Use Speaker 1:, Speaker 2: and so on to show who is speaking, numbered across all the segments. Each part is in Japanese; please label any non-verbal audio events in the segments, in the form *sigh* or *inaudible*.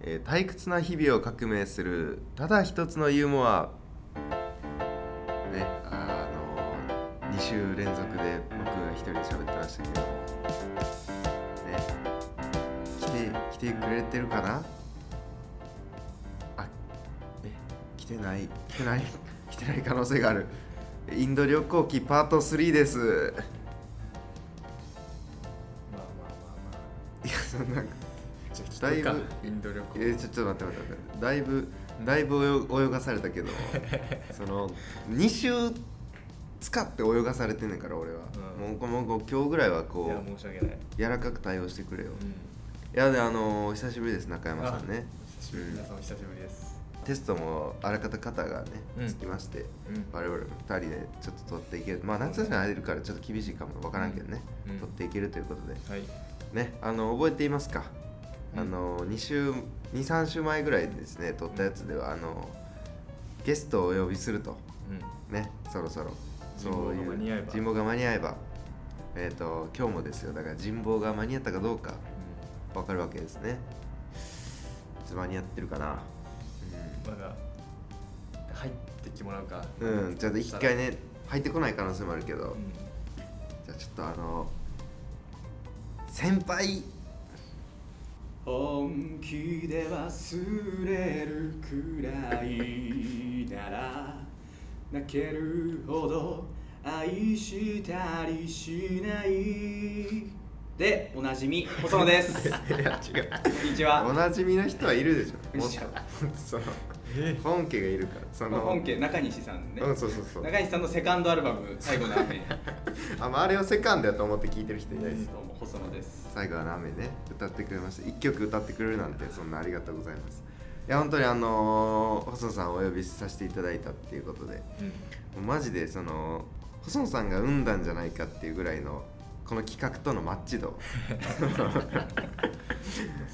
Speaker 1: えー退屈な日々を革命するただ一つのユーモアねあの2週連続で僕が一人で喋ってましたけどね来て来てくれてるかなあえ来てない来てない *laughs* 来てない可能性があるインド旅行記パート3です
Speaker 2: まあまあまあま
Speaker 1: いやそんな
Speaker 2: あじゃあ聞くか
Speaker 1: だい
Speaker 2: インド旅
Speaker 1: えー
Speaker 2: 行
Speaker 1: ちょちょっと待って待って待ってだいぶだいぶ泳泳がされたけどその2週使って泳がされてんねんから俺は、
Speaker 2: うん
Speaker 1: もうこのもう今日ぐらいはこ
Speaker 2: いや
Speaker 1: う
Speaker 2: 申し訳ない、
Speaker 1: 柔らかく対応してくれよ、
Speaker 2: う
Speaker 1: い
Speaker 2: ん、
Speaker 1: やであのー久しぶりです中山さんね
Speaker 2: 久しぶり皆さんお久しぶりです
Speaker 1: テストもあらかた肩がね、
Speaker 2: うん
Speaker 1: つきまして、
Speaker 2: うん
Speaker 1: 我々2人でちょっと取っていけるまあ夏休み入るからちょっと厳しいかもわからんけどね、
Speaker 2: うん
Speaker 1: 取っていけるということで
Speaker 2: はい
Speaker 1: ねあの覚えていますか、
Speaker 2: うん
Speaker 1: あの2週23週前ぐらいにですね撮ったやつではあのゲストをお呼びすると
Speaker 2: うん
Speaker 1: ねそろそろ
Speaker 2: 人望が間に合えば
Speaker 1: 人望が間に合えばえっ、と今日もですよだから人望が間に合ったかどうかわかるわけですねいつ間に合ってるかな
Speaker 2: まだ入ってきてもらうか
Speaker 1: うん、うん、ちょっと一回ね入ってこない可能性もあるけ
Speaker 2: う
Speaker 1: ど、
Speaker 2: ん
Speaker 1: じゃあちょっとあの先輩
Speaker 3: 本気で忘れるくらいなら泣けるほど愛したりしないでおなじみ細野ですこ
Speaker 1: *laughs* いや違うん
Speaker 3: にち
Speaker 1: お
Speaker 3: は
Speaker 1: なじみの人はいるでしょ。もっ
Speaker 3: いや
Speaker 1: とその
Speaker 2: え
Speaker 1: 本家がいるから。その
Speaker 3: 本家中西さんね
Speaker 1: うんそうそうそう。
Speaker 3: 中西さんのセカンドアルバム「最後の雨」
Speaker 1: あまああれをセカンドやと思って聞いてる人いないです。
Speaker 3: どうも細野です
Speaker 1: 最後は雨ね歌ってくれました。一曲歌ってくれるなんてそんなありがとうございます。いや本当にあのー細野さんをお呼びさせていただいたっていうことで、も
Speaker 2: うん
Speaker 1: うマジでその細野さんが生んだんじゃないかっていうぐらいのこの企画とのマッチ度。
Speaker 2: *laughs*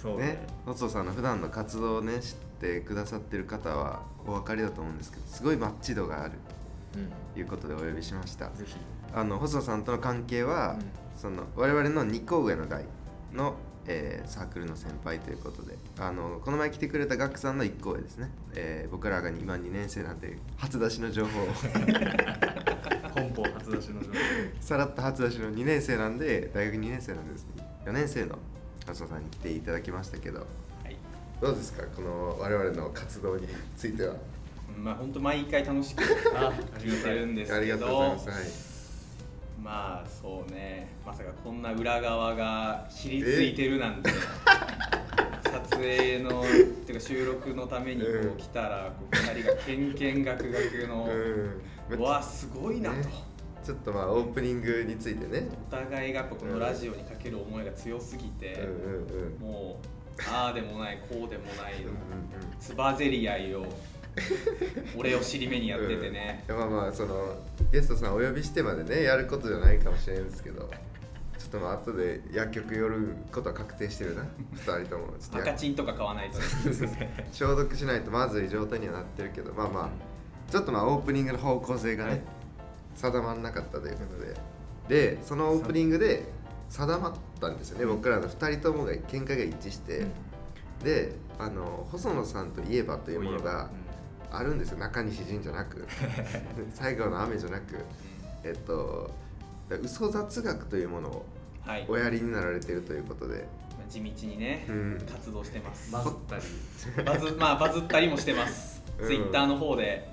Speaker 2: そうね
Speaker 1: ね、のつおさんの普段の活動をね知ってくださってる方はお分かりだと思うんですけどすごいマッチ度がある
Speaker 2: うん
Speaker 1: ということでお呼びしました
Speaker 2: ぜひ
Speaker 1: あの細野さんとの関係は、
Speaker 2: うん
Speaker 1: その我々の2個上の代の、えーサークルの先輩ということであのこの前来てくれたガクさんの1個上ですね、えー僕らが今2年生なんて初出しの情報
Speaker 3: *laughs*
Speaker 1: を
Speaker 2: 本邦初出しの情報
Speaker 1: さらっと初出しの2年生なんで大学2年生なんですね4年生の細野さんに来ていただきましたけど
Speaker 3: はい
Speaker 1: どうですかこの我々の活動については
Speaker 3: まあ本当毎回楽しく
Speaker 2: あ
Speaker 3: 聞いてるんで
Speaker 1: *laughs*
Speaker 3: す
Speaker 1: あり
Speaker 3: け
Speaker 1: がとうござい
Speaker 3: ど
Speaker 1: ます、はい、
Speaker 3: まあそうねまさかこんな裏側が知りついてる
Speaker 1: *laughs*
Speaker 3: なんて撮影のっていうか収録のためにこ
Speaker 1: うん
Speaker 3: う来たらこう2人がけんけんがくがくの
Speaker 1: うん
Speaker 3: うわすごいなと
Speaker 1: ねちょっとまあオープニングについてね
Speaker 3: お互いがやっぱこのラジオにかける思いが強すぎて
Speaker 1: うんうんうんうん
Speaker 3: もうああでもないこうでもない
Speaker 1: うん
Speaker 3: つばぜり合いを俺を尻目にやっててね
Speaker 1: うんいやまあまあそのゲストさんお呼びしてまでねやることじゃないかもしれないんですけどちょっとまあ後で薬局寄ることは確定してるな2人ともちょっと
Speaker 3: 赤
Speaker 1: や
Speaker 3: チンとか買わな
Speaker 1: *laughs*
Speaker 3: いとね
Speaker 1: 消毒しないとまずい状態にはなってるけどまあまあちょっとまあオープニングの方向性がね、
Speaker 2: はい
Speaker 1: 定まんなかったということででそのオープニングで定まったんですよね、僕らの2人ともが見解が一致して、であの細野さんといえばというものがあるんですよ中西陣じゃな
Speaker 3: *laughs*
Speaker 1: く最後の雨じゃなくえっと嘘雑学というものを
Speaker 3: はい
Speaker 1: おやりになられてるということで、
Speaker 3: 地道にね、
Speaker 1: うん
Speaker 3: 活動してます
Speaker 2: バ
Speaker 3: バ
Speaker 2: ズったり
Speaker 3: ズまあバズったりもしてます、
Speaker 1: うん
Speaker 3: ツイッターの方
Speaker 1: *laughs*
Speaker 3: で、
Speaker 1: ね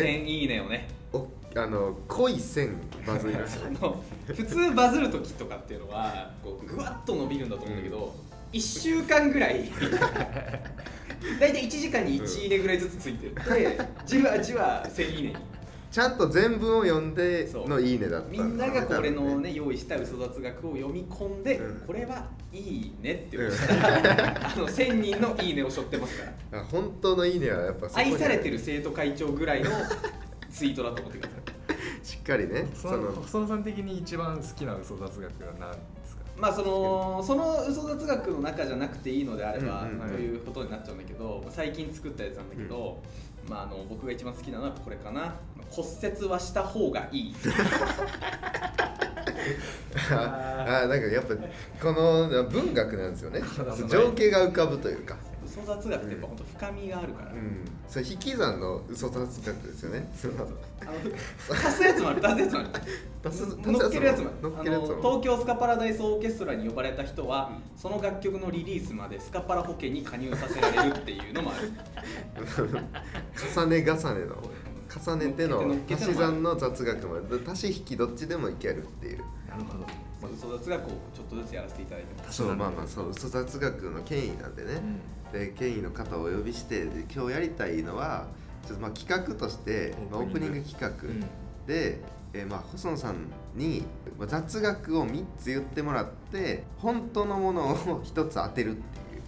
Speaker 3: 1000いいねをね
Speaker 1: おあの濃い線バズりですよ
Speaker 3: あの普通バズる時とかっていうのはこうぐわっと伸びるんだと思うんだけど、1週間ぐらい *laughs* 大体1時間に1いいねぐらいずつついてってじわじわ1000いいねに
Speaker 1: ちゃんと全文を読んでのいいねだった
Speaker 3: みんながこれ
Speaker 1: 多
Speaker 3: の
Speaker 1: 分
Speaker 3: ね用意した嘘雑学を読み込んで、
Speaker 1: うん
Speaker 3: これはいいねって言した *laughs* ら、あの1000人のいいねを背負ってますから
Speaker 1: あ本当のいいねはやっぱそこに
Speaker 3: 愛されてる生徒会長ぐらいのツイートだと思ってください
Speaker 1: しっかりねそ
Speaker 2: その
Speaker 1: の
Speaker 3: *laughs*
Speaker 2: 細野さん的に一番好きな嘘雑学は何ですか
Speaker 3: まあそのその嘘雑学の中じゃなくていいのであれば、
Speaker 1: うんうん
Speaker 2: うん
Speaker 3: ということになっちゃうんだけど最近作ったやつなんだけど、まあ、あの僕が一番好きなのはこれかな骨折はした方がいい
Speaker 1: あなんかやっぱこの文学なんですよね
Speaker 2: そう
Speaker 1: 情景が浮かぶというか
Speaker 3: そ嘘雑学ってやっぱ本当深みがあるから、
Speaker 1: うん、それ引き算の嘘雑学ですよね。その
Speaker 3: あの足すやつもある足すやつもある
Speaker 1: 足す
Speaker 3: 乗っけるやつも
Speaker 1: 乗っ
Speaker 3: あ
Speaker 1: ける
Speaker 3: るあ
Speaker 1: や
Speaker 3: の
Speaker 1: つ
Speaker 3: 東
Speaker 1: も。
Speaker 3: 京スカパラダイスオーケストラに呼ばれた人は、
Speaker 1: う
Speaker 3: その楽曲のリリースまでスカパラ保険に加入させられるっていうのもある
Speaker 1: 重ね重ねの *laughs* 重ねての
Speaker 3: 乗っけて乗っけ
Speaker 1: 足
Speaker 3: ての
Speaker 1: し算の雑学も足し引きどっちでもいけるっていう。
Speaker 2: なるほど、ま
Speaker 3: 嘘雑学をちょっとずつやらせていただいてます
Speaker 2: あ、
Speaker 1: そうまあまあそう嘘雑学の権威なんでね。
Speaker 2: うん
Speaker 1: で権威の方をお呼びしてで今日やりたいのはちょっとまあ企画としてまあ
Speaker 2: オ
Speaker 1: オ
Speaker 2: ー
Speaker 1: ープ
Speaker 2: プニ
Speaker 1: ニ
Speaker 2: ン
Speaker 1: ン
Speaker 2: グ
Speaker 1: グ企画
Speaker 2: うん
Speaker 1: で、えーまあ細野さんにまあ雑学を3つ言ってもらって本当のものを1つ当てるっていう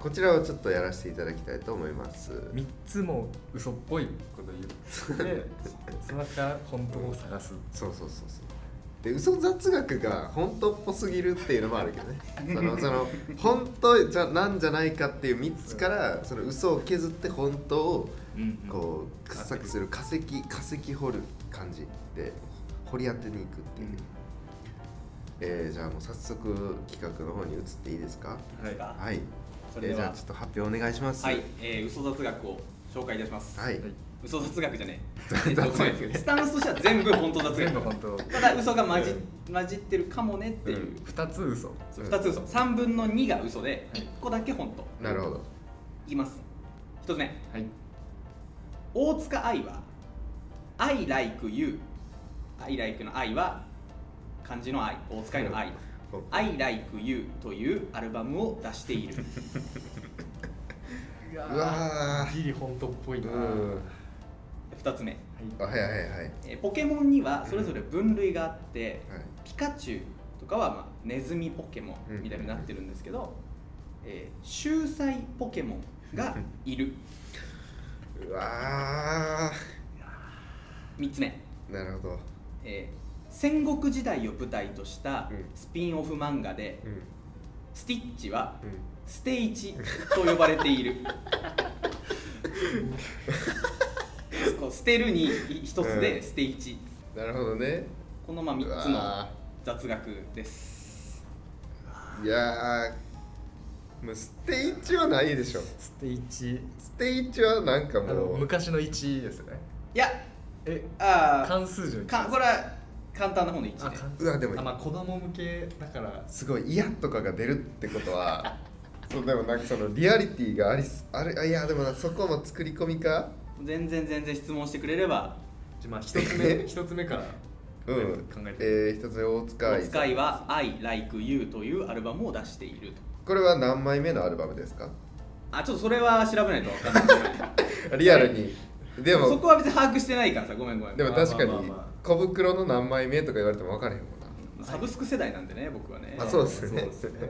Speaker 1: こちらをちょっとやらせていただきたいと思います
Speaker 2: うん、3つも嘘っぽいこと言うでその中本当を探す
Speaker 1: そうそうそうそうで嘘雑学が本当っぽすぎるっていうのもあるけどねそのその本当じゃなんじゃないかっていう3つからその嘘を削って本当をこう掘削する化石化石掘る感じで掘り当てに行くっていう、
Speaker 2: うん
Speaker 1: えーじゃあもう早速企画の方に移っていいですか
Speaker 3: いいですか
Speaker 2: は
Speaker 1: はい
Speaker 3: それで
Speaker 1: えーじゃ
Speaker 3: は
Speaker 1: あちょっと発表お願いします
Speaker 3: はい、えー、嘘雑学を紹介いたします、
Speaker 1: はい、
Speaker 3: 嘘雑学じゃね
Speaker 1: 雑
Speaker 3: ええっとごめんスタンスとしては全部本当雑
Speaker 2: 全部
Speaker 3: 学
Speaker 2: 本当
Speaker 3: ただ嘘が混じ混じってるかもねっていう、
Speaker 1: うん
Speaker 2: 2つ嘘
Speaker 3: そう2つ嘘3分の2が嘘で
Speaker 2: はい
Speaker 3: 1個だけ本当、
Speaker 1: なるほど
Speaker 3: いきます1つ目
Speaker 2: はい
Speaker 3: 大塚愛は「I like you」「I like」の愛は漢字の愛大塚愛の愛、
Speaker 1: うん
Speaker 3: I like you」というアルバムを出して
Speaker 1: *laughs*
Speaker 3: いる
Speaker 2: う
Speaker 1: うわ
Speaker 2: ギリ本当っぽい
Speaker 1: ー
Speaker 2: な、
Speaker 1: う
Speaker 2: は
Speaker 1: ん
Speaker 3: 2つ目
Speaker 1: あはいはいはいはい
Speaker 3: えーポケモンにはそれぞれ分類があって、ピカチュウとかは、まあ、ネズミポケモンみたいになってるんですけど、えー秀才ポケモンがいる
Speaker 1: うわ
Speaker 3: 3つ目、
Speaker 1: ーなるほど
Speaker 3: えー戦国時代を舞台とした
Speaker 1: うん
Speaker 3: スピンオフ漫画で、
Speaker 1: うん
Speaker 3: スティッチは
Speaker 1: うん
Speaker 3: ステイチと呼ばれてい
Speaker 1: *laughs*
Speaker 3: るこう捨てるに一つ
Speaker 1: う
Speaker 3: で
Speaker 1: ん
Speaker 3: ステイチ、
Speaker 1: なるほどね
Speaker 3: このまあ3つ
Speaker 1: う
Speaker 3: の
Speaker 1: わ
Speaker 3: 雑学です
Speaker 1: ーいやーもうステイチはないでしょ
Speaker 2: ステイチ
Speaker 1: ステイチはなんか
Speaker 2: あの
Speaker 1: もう
Speaker 2: 昔の1ですね
Speaker 3: いや
Speaker 2: え
Speaker 3: あー
Speaker 2: 関数字の1
Speaker 3: かこれは簡単な方の1
Speaker 2: あ
Speaker 3: で
Speaker 2: 関
Speaker 1: うわでも
Speaker 2: あまあ子供向けだから
Speaker 1: すごい嫌とかが出るってことは *laughs* そうでもなんかそのリアリティがありすあれあいやでもなそこも作り込みか
Speaker 3: 全然全然質問してくれれば
Speaker 2: じゃあまあ一つ目一つ目から
Speaker 1: うん
Speaker 2: 考えて
Speaker 1: えー、一つ目大塚愛
Speaker 3: 「使いは I Like You」というアルバムを出していると
Speaker 1: これは何枚目のアルバム
Speaker 2: *laughs*
Speaker 1: ですか
Speaker 3: あちょっとそれは調べないと分かんない
Speaker 1: リアルにで
Speaker 3: そ
Speaker 1: も
Speaker 3: こは別に把握してないからさごめんごめん
Speaker 1: でも確かに
Speaker 2: まあまあまあま
Speaker 1: 小袋の何枚目とか言われても分からへんもんな
Speaker 3: サブスク世代なんでね僕はね
Speaker 1: あそうですね
Speaker 2: そうですね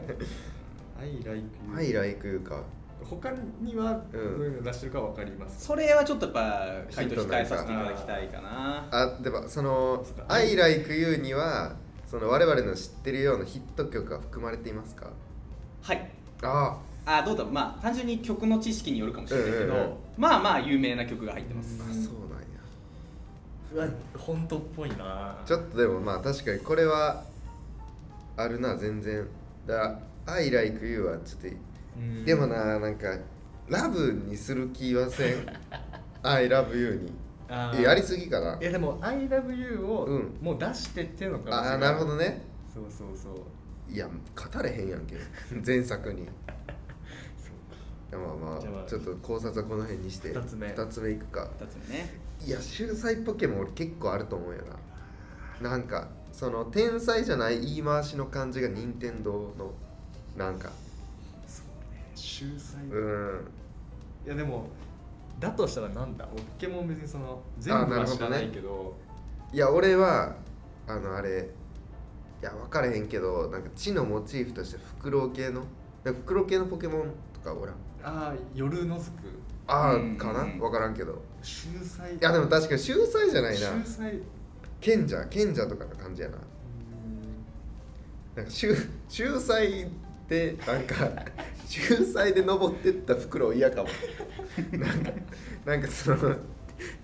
Speaker 2: I like
Speaker 1: *laughs*
Speaker 2: you
Speaker 1: はい来空か
Speaker 2: 他にはどういうの出してるかわかります
Speaker 3: それはちょっとやっぱヒント控えさせていただきたいかな
Speaker 1: あでもその
Speaker 2: そ
Speaker 1: 「
Speaker 2: うか
Speaker 1: I like you」にはその我々の知ってるようなヒット曲が含まれていますか
Speaker 3: はい
Speaker 1: あ
Speaker 3: あどうだろうまあ単純に曲の知識によるかもしれないけど、
Speaker 1: ええええ
Speaker 3: まあまあ有名な曲が入ってます
Speaker 1: ーあそうなんや
Speaker 2: うわ本当っぽいな
Speaker 1: ちょっとでもまあ確かにこれはあるな全然だ「I like you」はちょっとい
Speaker 2: うん
Speaker 1: でもななんかラブにする気はせ
Speaker 2: *laughs*
Speaker 1: ん「I love you に」
Speaker 2: あ
Speaker 1: えやり
Speaker 2: い
Speaker 1: すぎかな
Speaker 2: やでも I love you を
Speaker 1: うん
Speaker 2: もう出してっていうのかもしれ
Speaker 1: ああーなるほどね
Speaker 2: そうそうそう
Speaker 1: いや語れへんやん
Speaker 2: *laughs*
Speaker 1: け前作にいやまあま
Speaker 2: じゃあまあ
Speaker 1: あちょっと考察はこの辺にして
Speaker 2: 二つ目
Speaker 1: 2つ目いくか
Speaker 3: 2つ目ね
Speaker 1: いや秀才ポケモン俺結構あると思うよななんかその天才じゃない言い回しの感じが任天堂のなんか
Speaker 2: そうね秀才
Speaker 1: うん
Speaker 2: いやでもだとしたらなんだポケモン別にその全部は知らないけど
Speaker 1: いや俺はあのあれいや分からへんけどなんか地のモチーフとしてフクロウ系のなんかフクロウ系のポケモンとかおらん
Speaker 2: ああ夜のずく
Speaker 1: あ
Speaker 3: うん
Speaker 1: あかな分からんけど
Speaker 2: 秀才
Speaker 1: い
Speaker 2: い
Speaker 1: やでも確かに秀才じゃないな
Speaker 2: 秀才う
Speaker 1: 賢者賢者とかの感じやななんか秀秀才でなんか秀才で登ってったフクロウ嫌かもなんかなんかその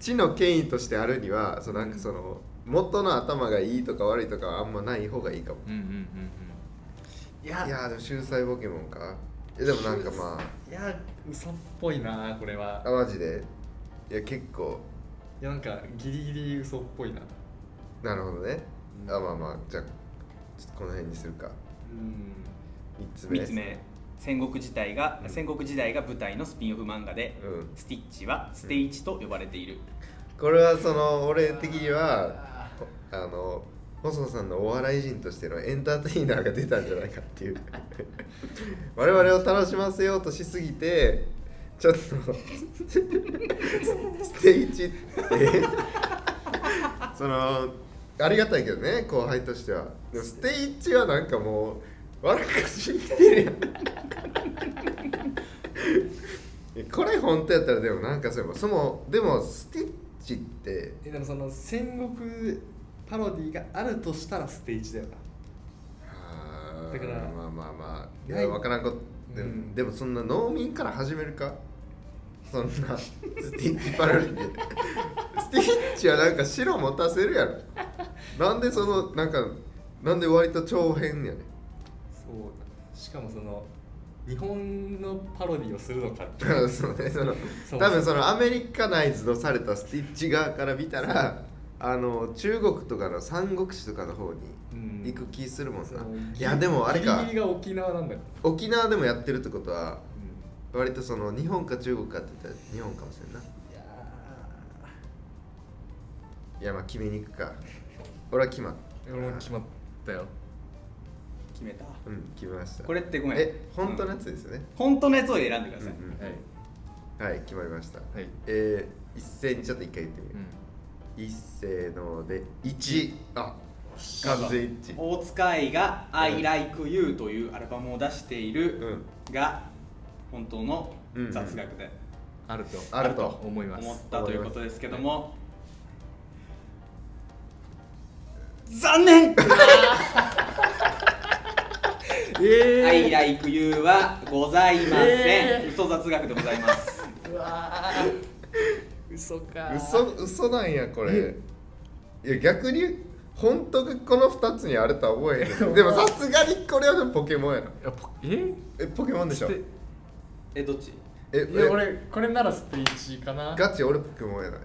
Speaker 1: 知の権威としてあるにはそうなんかその元の頭がいいとか悪いとかはあんまない方がいいかも
Speaker 2: ーんうんうんうんうんいや
Speaker 1: いやーでも秀才ポケモンかえでもなんかま
Speaker 2: いや嘘っぽいなこれは
Speaker 1: ああマジでいや結構
Speaker 2: いやなんかギリギリ嘘っぽいな
Speaker 1: なるほどね、
Speaker 2: うん
Speaker 1: あまあまあじゃあちょっとこの辺にするか
Speaker 2: うん
Speaker 1: 3つ目
Speaker 3: 3つ目戦国時代が、
Speaker 1: うん
Speaker 3: 戦国時代が舞台のスピンオフ漫画で、
Speaker 1: うん
Speaker 3: スティッチはステイチと呼ばれている、
Speaker 1: これはその俺的にはあの細野さんのお笑い人としてのエンターテイナーが出たんじゃないかっていう我々を楽しませようとしすぎてちょっとステイチってそのありがたいけどね後輩としてはでもステイチはなんかもう悪くしてるやんこれ本当やったらでもなんかそれもそもでもスティッチって
Speaker 2: えでもその戦国パロディがあるとしたらステージだよな
Speaker 1: あー
Speaker 2: だから
Speaker 1: まあまあまあい
Speaker 2: ない
Speaker 1: や分からんこと、でも
Speaker 2: うん
Speaker 1: でもそんな農民から始めるか *laughs* そんなスティッチパラリンで *laughs* スティッチはなんか白持たせるやろなんでそのなんかなんで割と長編やねん *laughs*
Speaker 2: そうしかもその日本のパロディをするのかって
Speaker 1: だからそうねその
Speaker 2: そう
Speaker 1: 多分そのアメリカナイズドされたスティッチ側から見たらあの中国とかの三国志とかの方
Speaker 2: うん
Speaker 1: に行く気するもん
Speaker 2: そ
Speaker 1: な、
Speaker 2: の
Speaker 1: いやでもあれか
Speaker 2: ギリギリが沖縄なんだよ、
Speaker 1: 沖縄でもやってるってことは
Speaker 2: う、
Speaker 1: 割とその日本か中国かって言ったら日本かもしれんなん
Speaker 2: いや
Speaker 1: いやまあ決めに行くか俺は決まっ
Speaker 2: ー俺も決まったよ
Speaker 3: 決めた
Speaker 1: うん決めました
Speaker 3: これってごめん
Speaker 1: え本当のやつですよね、
Speaker 3: 本当のやつを選んでくだ
Speaker 1: うん
Speaker 3: さい、
Speaker 1: うん
Speaker 2: はい
Speaker 1: はい決まりました、
Speaker 2: はい
Speaker 1: えー、一斉にちょっと一回言ってみ
Speaker 2: う
Speaker 1: る、
Speaker 2: ん
Speaker 1: 一斉ので1あ完全一致
Speaker 3: 大塚愛が「
Speaker 1: うん
Speaker 3: ILikeYou」というアルバムを出していうる
Speaker 1: ん
Speaker 3: が本当の
Speaker 1: うんうん
Speaker 3: 雑学で
Speaker 2: あると
Speaker 1: あると
Speaker 2: 思います
Speaker 3: 思ったということですけども残念
Speaker 2: え
Speaker 3: !ILikeYou はございませ
Speaker 2: え
Speaker 3: ん嘘雑学でございます
Speaker 2: うわ嘘か
Speaker 1: 嘘嘘なんやこれいや逆に本当がこの2つにあるとは思えへんでもさすがにこれはポケモンやろ
Speaker 2: やポえ
Speaker 1: えポケモンでしょえ
Speaker 3: えどっち
Speaker 1: え
Speaker 2: いや俺これならステージかな
Speaker 1: ガチ俺ポケモンやない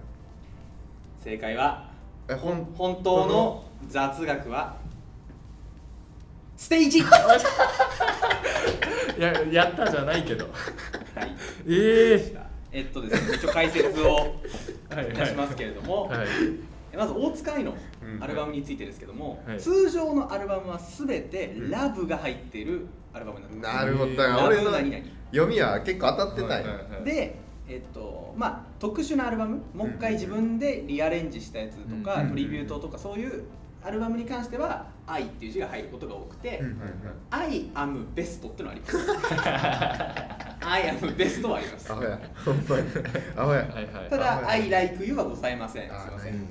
Speaker 3: 正解は
Speaker 1: えほん
Speaker 3: 本当の雑学はステージ
Speaker 2: いややったじゃないけど
Speaker 3: はい
Speaker 2: ええ
Speaker 3: えっとですね、一応解説を
Speaker 2: はいはい
Speaker 3: いたしますけれども、
Speaker 2: はい
Speaker 3: えまず大塚愛のアルバムについてですけども、
Speaker 2: はい
Speaker 3: 通常のアルバムはすべて
Speaker 1: うん
Speaker 3: ラブが入っているアルバムになってます。
Speaker 1: なるほど
Speaker 2: えー
Speaker 1: だから俺の
Speaker 3: ラブ何々
Speaker 1: 読みは結構当たってたんや
Speaker 3: で、えっとまあ、特殊なアルバムもう一回自分でリアレンジしたやつとか、
Speaker 1: うん
Speaker 3: トリビュートとかそういうアルバムに関しては「愛」っていう字が入ることが多くて
Speaker 1: うんうん
Speaker 3: 「I am best」ってのあります。I am best はあります
Speaker 1: ア。ホ
Speaker 3: *laughs*
Speaker 1: やほんまにアホや
Speaker 2: はいはい
Speaker 3: た
Speaker 1: あ
Speaker 3: だ「
Speaker 1: はい
Speaker 3: I like you」はございません。すい
Speaker 1: あ
Speaker 3: ま
Speaker 1: な
Speaker 3: せ
Speaker 1: い
Speaker 3: ん
Speaker 1: んや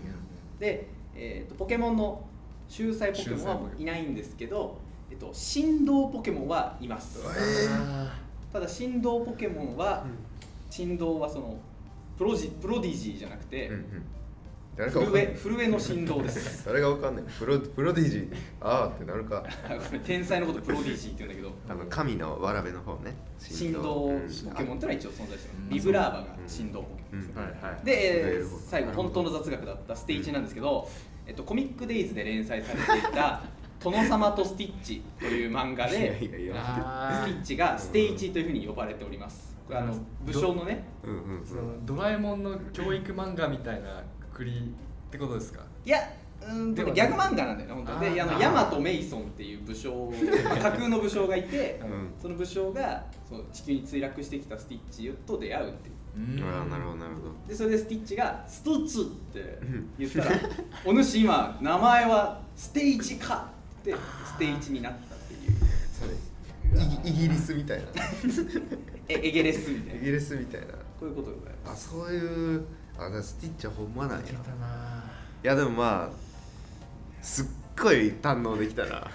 Speaker 3: で、えー、とポケモンの秀才ポケモンはもういないんですけど、えっと、振動ポケモンはいます
Speaker 1: うわ
Speaker 3: ただ振動ポケモンは、
Speaker 1: うん
Speaker 3: 振動はそのプロジプロディジーじゃなくて、
Speaker 1: うんうん誰かわかん
Speaker 3: 震
Speaker 1: な
Speaker 3: え
Speaker 1: い
Speaker 3: 震えの振動です *laughs*
Speaker 1: 誰がわかんないプロプロディジーああってなるか
Speaker 3: これ天才のことプロディジーって言うんだけど
Speaker 1: あの神のわらべの方ね
Speaker 3: 振動ポケモンってのは一応存在してますビブラーバが振動ポケモンですね、
Speaker 1: うん
Speaker 2: はいはい
Speaker 3: で、えー
Speaker 1: なるほど
Speaker 3: 最後本当の雑学だったステイチなんですけど、えっと、コミックデイズで連載されていた「殿様とスティッチ」という漫画
Speaker 1: あいや
Speaker 3: で
Speaker 1: いやいや
Speaker 2: あー
Speaker 3: スティッチがステイチというふうに呼ばれておりますこれあの武将のね
Speaker 1: うんうん
Speaker 2: そ
Speaker 1: うん
Speaker 2: のドラえもんの教育漫画みたいなくくりってことですか
Speaker 3: いやうーんで
Speaker 2: でも
Speaker 3: もギャグ漫画なんだよね本当
Speaker 2: あー
Speaker 3: にであの
Speaker 2: あー
Speaker 3: ヤマトメイソンっていう武将架空の武将がいて、
Speaker 1: ん
Speaker 3: その武将がその地球に墜落してきたスティッチと出会うってい
Speaker 2: う
Speaker 3: う
Speaker 2: ん
Speaker 1: ああなるほどなるほど
Speaker 3: でそれでスティッチが「ストッツ」って言ったら「 *laughs* お主今名前はステイチか」ってステイチになったっていう
Speaker 1: それイギイギリスみたいな
Speaker 3: えエゲレスみたい
Speaker 1: イ
Speaker 3: な
Speaker 1: ギリスみたいな
Speaker 3: こういうことでございま
Speaker 1: あ
Speaker 3: す
Speaker 1: そういうあだからスティッチはほんまなんや
Speaker 2: いけたない
Speaker 1: やでもまあすっごい堪能でき
Speaker 3: *laughs*
Speaker 1: たら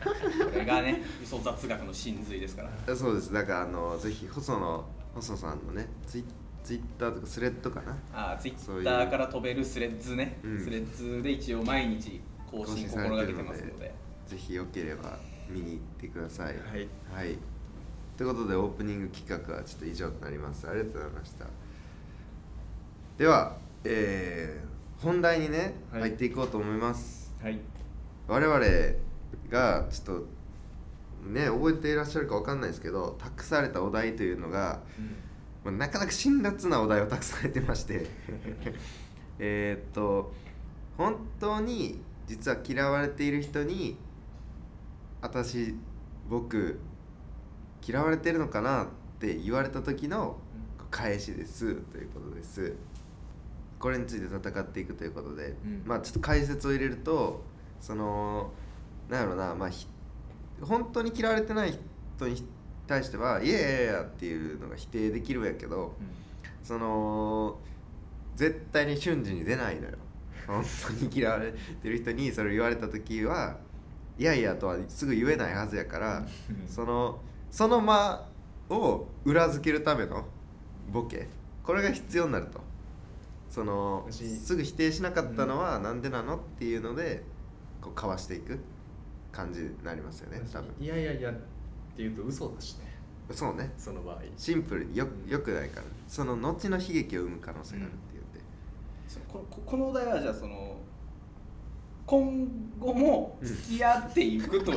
Speaker 3: これ
Speaker 1: *laughs*
Speaker 3: がね嘘雑学の真髄ですから
Speaker 1: そうですだからあのぜひ細野細野さんのねツイツイッターとかスレッドかな
Speaker 3: あツイ
Speaker 1: そうい
Speaker 3: ッ
Speaker 1: う
Speaker 3: ターから飛べるスレッズね、
Speaker 1: うん
Speaker 3: スレッズで一応毎日更新
Speaker 1: され
Speaker 3: 心がけ
Speaker 1: る
Speaker 3: てますので
Speaker 1: ぜひよければ見に行ってください
Speaker 2: はい
Speaker 1: はい、ということでオープニング企画はちょっと以上となりますありがとうございましたでは、えー本題にね、
Speaker 2: はい
Speaker 1: 入っていこうと思います
Speaker 2: はい
Speaker 1: 我々がちょっとね覚えていらっしゃるかわかんないですけど託されたお題というのが、まあ、なかなか辛辣なお題を託されてまして *laughs* えーっと本当に実は嫌われている人に私僕嫌われてるのかなって言われた時の返しですということですこれについて戦っていくということで、
Speaker 2: うん
Speaker 1: まあちょっと解説を入れるとそのなんやろなまあひ本当に嫌われてない人に対しては「いやいやいや」っていうのが否定できるんやけど、その絶対に瞬時に出ないのよ本当に嫌われてる人にそれを言われた時は「いやいや」とはすぐ言えないはずやから
Speaker 2: うん
Speaker 1: そのその間を裏付けるためのボケこれが必要になるとその
Speaker 2: もし
Speaker 1: すぐ否定しなかったのはなんでなのっていうのでこうかわしていく感じになりますよね多分
Speaker 2: いやいやいやっていうと嘘だしね
Speaker 1: そうね
Speaker 2: その場合
Speaker 1: シンプルによよくないからその後の悲劇を生む可能性があるって言って。
Speaker 3: そのこここのお題はじゃあその今後も付き合っていくという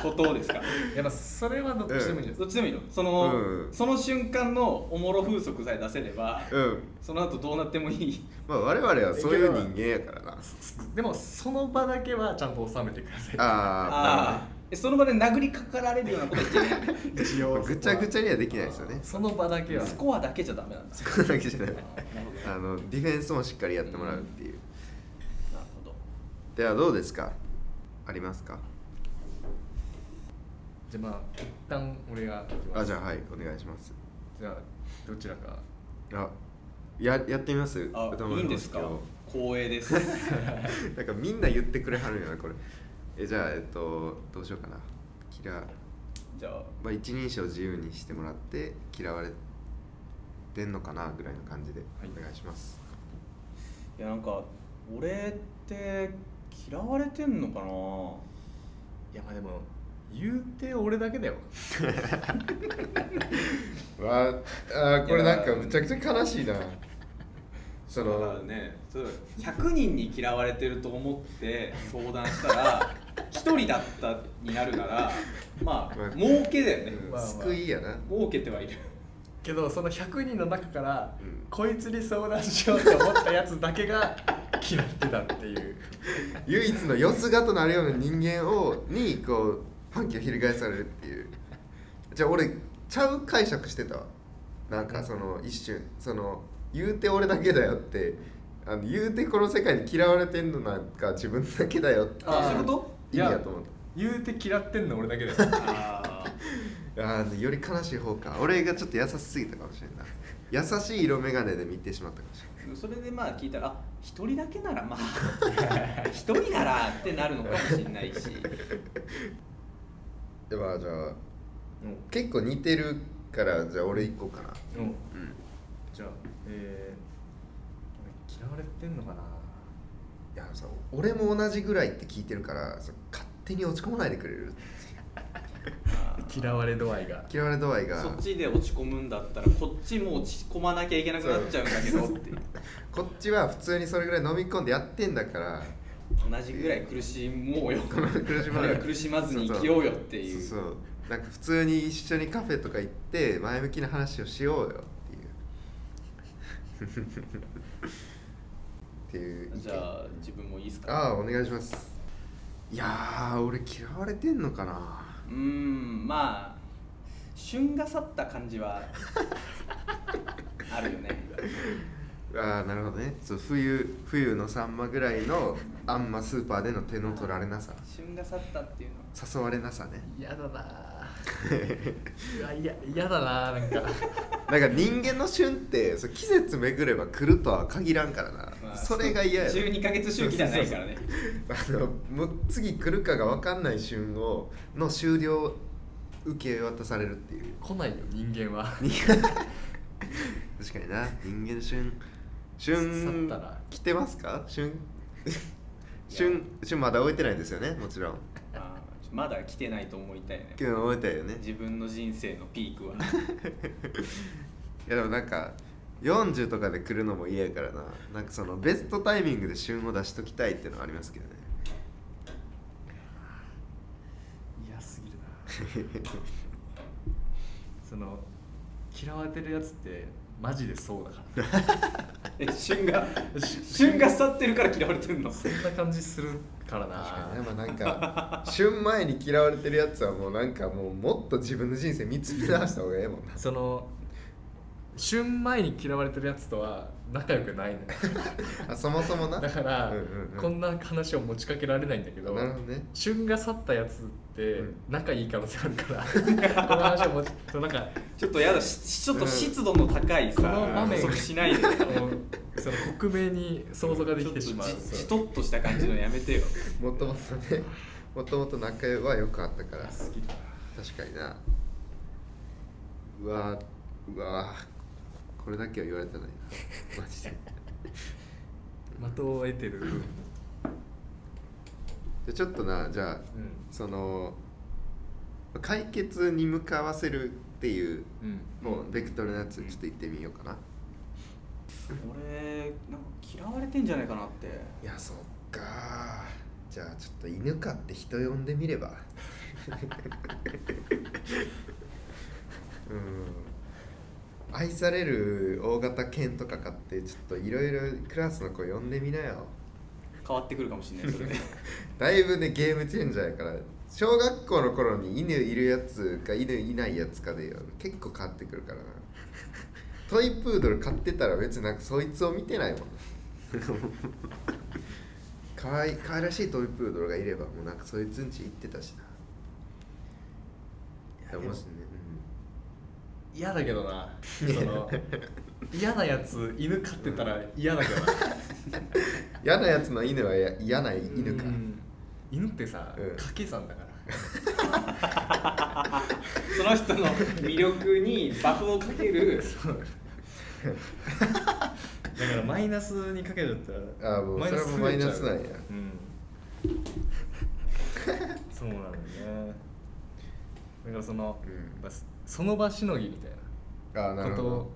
Speaker 3: ことですか、
Speaker 2: やっぱそれはどっちでもいいんです、
Speaker 3: どっちでもいいのその、
Speaker 1: うん
Speaker 3: その瞬間のおもろ風速さえ出せれば
Speaker 1: うん
Speaker 3: その後どうなってもいい
Speaker 1: まあ我々はそういう人間やから *laughs* な
Speaker 2: でもその場だけはちゃんと収めてください
Speaker 1: あ
Speaker 3: ああその場で殴りかかられるようなこと言ってない
Speaker 2: 一
Speaker 1: あ
Speaker 2: 応
Speaker 1: ぐちゃぐちゃにはできないですよね
Speaker 2: その場だけは
Speaker 3: スコアだけじゃダメなんだ
Speaker 1: そ *laughs* こだけじゃない
Speaker 3: なるほど
Speaker 1: あのディフェンスもしっかりやってもらうっていう
Speaker 3: なるほど
Speaker 1: ではどうですかありますか
Speaker 2: じゃあまあ一旦俺が行きます
Speaker 1: あじゃあはいお願いします
Speaker 2: じゃあどちらか
Speaker 1: あややってみます歌
Speaker 3: あ
Speaker 1: 丸
Speaker 3: いいんですか
Speaker 1: の
Speaker 3: 光栄です *laughs*
Speaker 1: 好きをなんかみんな言ってくれはるよなこれえじゃあえっとどうしようかな嫌
Speaker 3: じゃあ
Speaker 1: まあ一人称自由にしてもらって嫌われてんのかなぐらいの感じで
Speaker 2: はい
Speaker 1: お願いします、
Speaker 3: いやなんか俺って嫌われてんのかない
Speaker 2: やまあでも言うて俺だけだよ
Speaker 1: わあーこれなんかむちゃくちゃ悲しいなそ
Speaker 3: だか
Speaker 1: の
Speaker 3: らね例えば100人に嫌われてると思って相談したら
Speaker 1: *laughs*
Speaker 3: 1人だったになるから
Speaker 1: ま
Speaker 3: ま
Speaker 1: あ
Speaker 3: あ儲けだよね
Speaker 1: うん
Speaker 2: まあまあ
Speaker 1: 救いやな
Speaker 3: 儲けてはいる
Speaker 2: けどその100人の中から、
Speaker 1: うん
Speaker 2: こいつに相談しようと思ったやつだけが嫌ってたっていう
Speaker 1: 唯一の四つがとなるような人間をにこう反旗を翻されるっていうじゃあ俺ちゃう解釈してたわなんかその一瞬その言うて俺だけだよってあの言うてこの世界に嫌われてんのなんか自分だけだよって
Speaker 3: あそういうこと
Speaker 1: 意味やと思った
Speaker 2: 言うて嫌ってんの俺だけだよ
Speaker 3: あ
Speaker 1: あーより悲しい方か俺がちょっと優しすぎたかもしれんない優しい色眼鏡で見てしまったかもしれ
Speaker 3: ーそれでまあ聞いたらあ1人だけならまあ1 *laughs* 人ならってなるのかもしれないし
Speaker 1: ないではじゃあ結構似てるからじゃあ俺行こうかな
Speaker 2: うん、う
Speaker 1: う
Speaker 2: ん、
Speaker 1: ん
Speaker 2: じゃあえー、俺嫌われてんのかない
Speaker 1: やさ俺も同じぐらいって聞いてるからそ勝手に落ち込まないでくれる
Speaker 3: あー
Speaker 2: *laughs* 嫌われ度合いが
Speaker 1: 嫌われ度合いが
Speaker 3: そっちで落ち込むんだったらこっちも落ち込まなきゃいけなくなっちゃうんだけどっていう
Speaker 1: こっちは普通にそれぐらい飲み込んでやってんだから
Speaker 3: 同じぐらい苦しもうよ
Speaker 1: この *laughs* 苦しまない
Speaker 3: 苦しまずに生きようよっていう
Speaker 1: そうそうなんか普通に一緒にカフェとか行って前向きな話をしようよ
Speaker 3: *laughs*
Speaker 1: っていうっていう意見
Speaker 3: じゃあ自分もいいですか
Speaker 1: ああお願いしますいやー俺嫌われてんのかな
Speaker 3: うーんまあ旬が去った感じはあるよね
Speaker 1: ああなるほどねそう冬冬のサンマぐらいのあんまスーパーでの手の取られなさ
Speaker 3: 旬が去ったっていうのは
Speaker 1: 誘われなさね
Speaker 2: 嫌だなあうわいや嫌だなあなんか
Speaker 1: なんか人間の旬ってそう季節巡れば来るとは限らんからな、
Speaker 3: まあ
Speaker 1: それが嫌やろ
Speaker 3: 12ヶ月周期じゃないからね
Speaker 1: あのむ次来るかが分かんない旬をの終了受け渡されるっていう
Speaker 2: 来ないよ人間は
Speaker 1: 確かにな人間旬旬
Speaker 2: 去ったな
Speaker 1: 来て *laughs* ますか旬旬旬まだ置いてないですよねもちろん
Speaker 3: まあまだ来てないと思いたいね
Speaker 1: けど思えたよね
Speaker 3: 自分の人生のピークは
Speaker 1: いやでもなんか40とかで来るのも嫌やからななんかそのベストタイミングで旬を出しときたいっていうのはありますけどね
Speaker 2: 嫌すぎるなその嫌われてるやつってマジでそうだから
Speaker 1: *laughs*
Speaker 2: ね
Speaker 3: え旬が旬が去ってるから嫌われてるの
Speaker 2: そんな感じするからな
Speaker 1: 確かにねまあなんか旬前に嫌われてるやつはもうなんかもうもっと自分の人生見つめ直した方がええもんな
Speaker 2: その旬前に嫌われてるやつとは仲良くない
Speaker 1: *laughs*
Speaker 2: のよ
Speaker 1: あそもそもな
Speaker 2: だから、
Speaker 1: うんうんうん
Speaker 2: こんな話を持ちかけられないんだけど
Speaker 1: なるほどね
Speaker 2: 旬が去ったやつって
Speaker 1: うん
Speaker 2: 仲いい可能性あるから、 *laughs* この話を持ちそうなんか
Speaker 3: ちょっとやだしちょっと湿度の高いさ、
Speaker 2: この場面
Speaker 3: それしないで
Speaker 2: もうその克明に想像ができてしまう
Speaker 3: ちょっとじじとっとした感じのやめてよ
Speaker 1: もともとねもともと仲はよくあったから
Speaker 2: 嫌すぎるな
Speaker 1: 確かになうわうわこれだけは言われたないなマジで
Speaker 2: 的を得てる、うん、
Speaker 1: じゃあちょっとなじゃあその解決に向かわせるっていう
Speaker 2: うん、
Speaker 1: もうベクトルのやつちょっと行ってみようかな、
Speaker 3: 俺なんか嫌われてんじゃないかなって
Speaker 1: いやそっかじゃあちょっと犬飼って人呼んでみればうん愛される大型犬とか飼ってちょっといろいろクラスの子呼んでみなよ
Speaker 3: 変わってくるかもしれないそ
Speaker 2: *laughs*
Speaker 3: れで
Speaker 1: だいぶねゲームチェンジャーやから小学校の頃に犬いるやつか犬いないやつかで結構変わってくるからなトイプードル飼ってたら別になんかそいつを見てないもんなかわいかわいらしいトイプードルがいればもうなんかそいつんち行ってたしないやもしね、
Speaker 2: 嫌だけ
Speaker 1: *laughs*
Speaker 2: どなその嫌なやつ犬飼ってたら嫌だけどな
Speaker 1: うん嫌なやつの犬はや嫌な *laughs* 犬か
Speaker 2: うん犬ってさ
Speaker 1: うん
Speaker 2: 掛け算だから
Speaker 3: その人の魅力にバフをかける
Speaker 2: だからマイナスにかけちゃったら
Speaker 1: あーもうそれもマイナスなんや
Speaker 2: 増えちゃううんそうなんだよねだからその、
Speaker 1: うん
Speaker 2: やっぱその場しのぎみたい
Speaker 1: ああな
Speaker 2: な
Speaker 1: るほ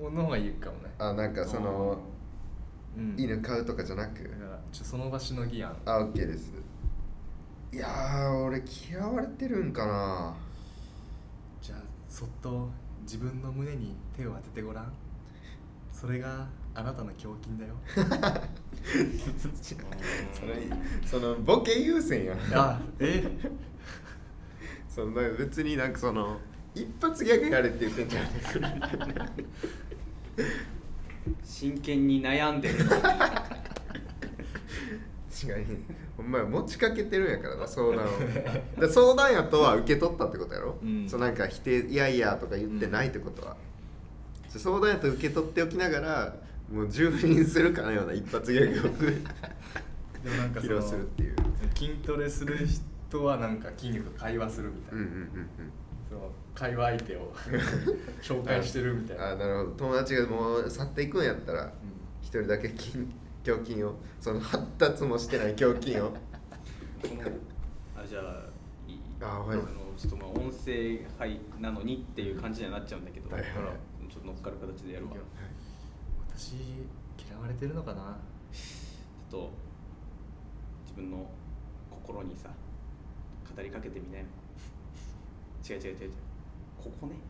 Speaker 2: こ
Speaker 1: ど
Speaker 2: との方がいいかもね
Speaker 1: あなんかその
Speaker 2: うん
Speaker 1: 犬
Speaker 2: だか
Speaker 1: 飼うとかじゃなく、
Speaker 2: らちょその場しのぎやん
Speaker 1: あ、OK です。いやー、俺嫌われてるんかな。
Speaker 2: じゃあそっと自分の胸に手を当ててごらんそれがあなたの胸筋だよ
Speaker 1: *laughs* それ、そのボケ優先やん。 *laughs*
Speaker 2: あえ
Speaker 1: そんな別になんかその一発ギャグやれって言ってんじゃん。 *laughs*
Speaker 3: 真剣に悩んでるの
Speaker 1: 違う。お前持ちかけてるんやからな相談を。
Speaker 2: *laughs*
Speaker 1: で相談やとは受け取ったってことやろ。
Speaker 2: うん
Speaker 1: そうなんか否定いやいやとか言ってないってことは。じゃ相談やと受け取っておきながら。もう蹂躙するかのような一発ギャグを *laughs*
Speaker 2: でもなんか
Speaker 1: 披
Speaker 2: そ
Speaker 1: 露
Speaker 2: の
Speaker 1: するっていう。
Speaker 2: 筋トレする人はなんか筋肉と会話するみた
Speaker 1: う
Speaker 2: い
Speaker 1: ん
Speaker 2: な、
Speaker 1: うんうんうん。
Speaker 2: その会話相手
Speaker 1: *laughs*
Speaker 2: を紹介してるみたいな
Speaker 1: あなるほど友達がもう去っていくんやったら
Speaker 2: ん
Speaker 1: 一人だけ筋胸筋をその発達もしてない胸筋を
Speaker 3: このあじゃあいい
Speaker 1: あはい
Speaker 3: あのちょっとまあ音声配なのにっていう感じにはなっちゃうんだけど、
Speaker 1: はいはい
Speaker 3: ほらちょっと乗っかる形でやるわ
Speaker 2: い
Speaker 3: ち
Speaker 2: い
Speaker 3: ょ
Speaker 2: よ私嫌われてるのかな
Speaker 3: っと自分の心にさ語りかけてみなよ違う違う違う違うここね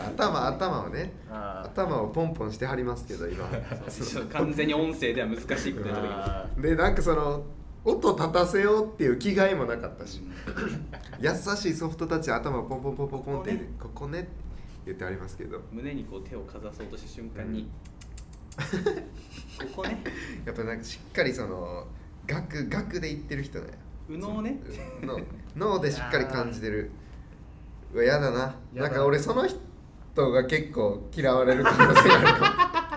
Speaker 1: 頭頭をね
Speaker 2: あー
Speaker 1: 頭をポンポンしてはりますけど今
Speaker 3: そうちょっと完全に音声では難しいことやったけど
Speaker 2: あ
Speaker 1: でなんかその音立たせようっていう気概もなかったし優しいソフトタッチで頭をポンポンポンポンポンってここねって言ってありますけど
Speaker 3: 胸にこう手をかざそうとした瞬間に、ここね
Speaker 1: やっぱなんかしっかりその学学で言ってる人ね
Speaker 3: 右脳ね
Speaker 1: の脳でしっかり感じてるうわやだな
Speaker 2: やだ
Speaker 1: なんか俺その人が結構嫌われる可能性があるか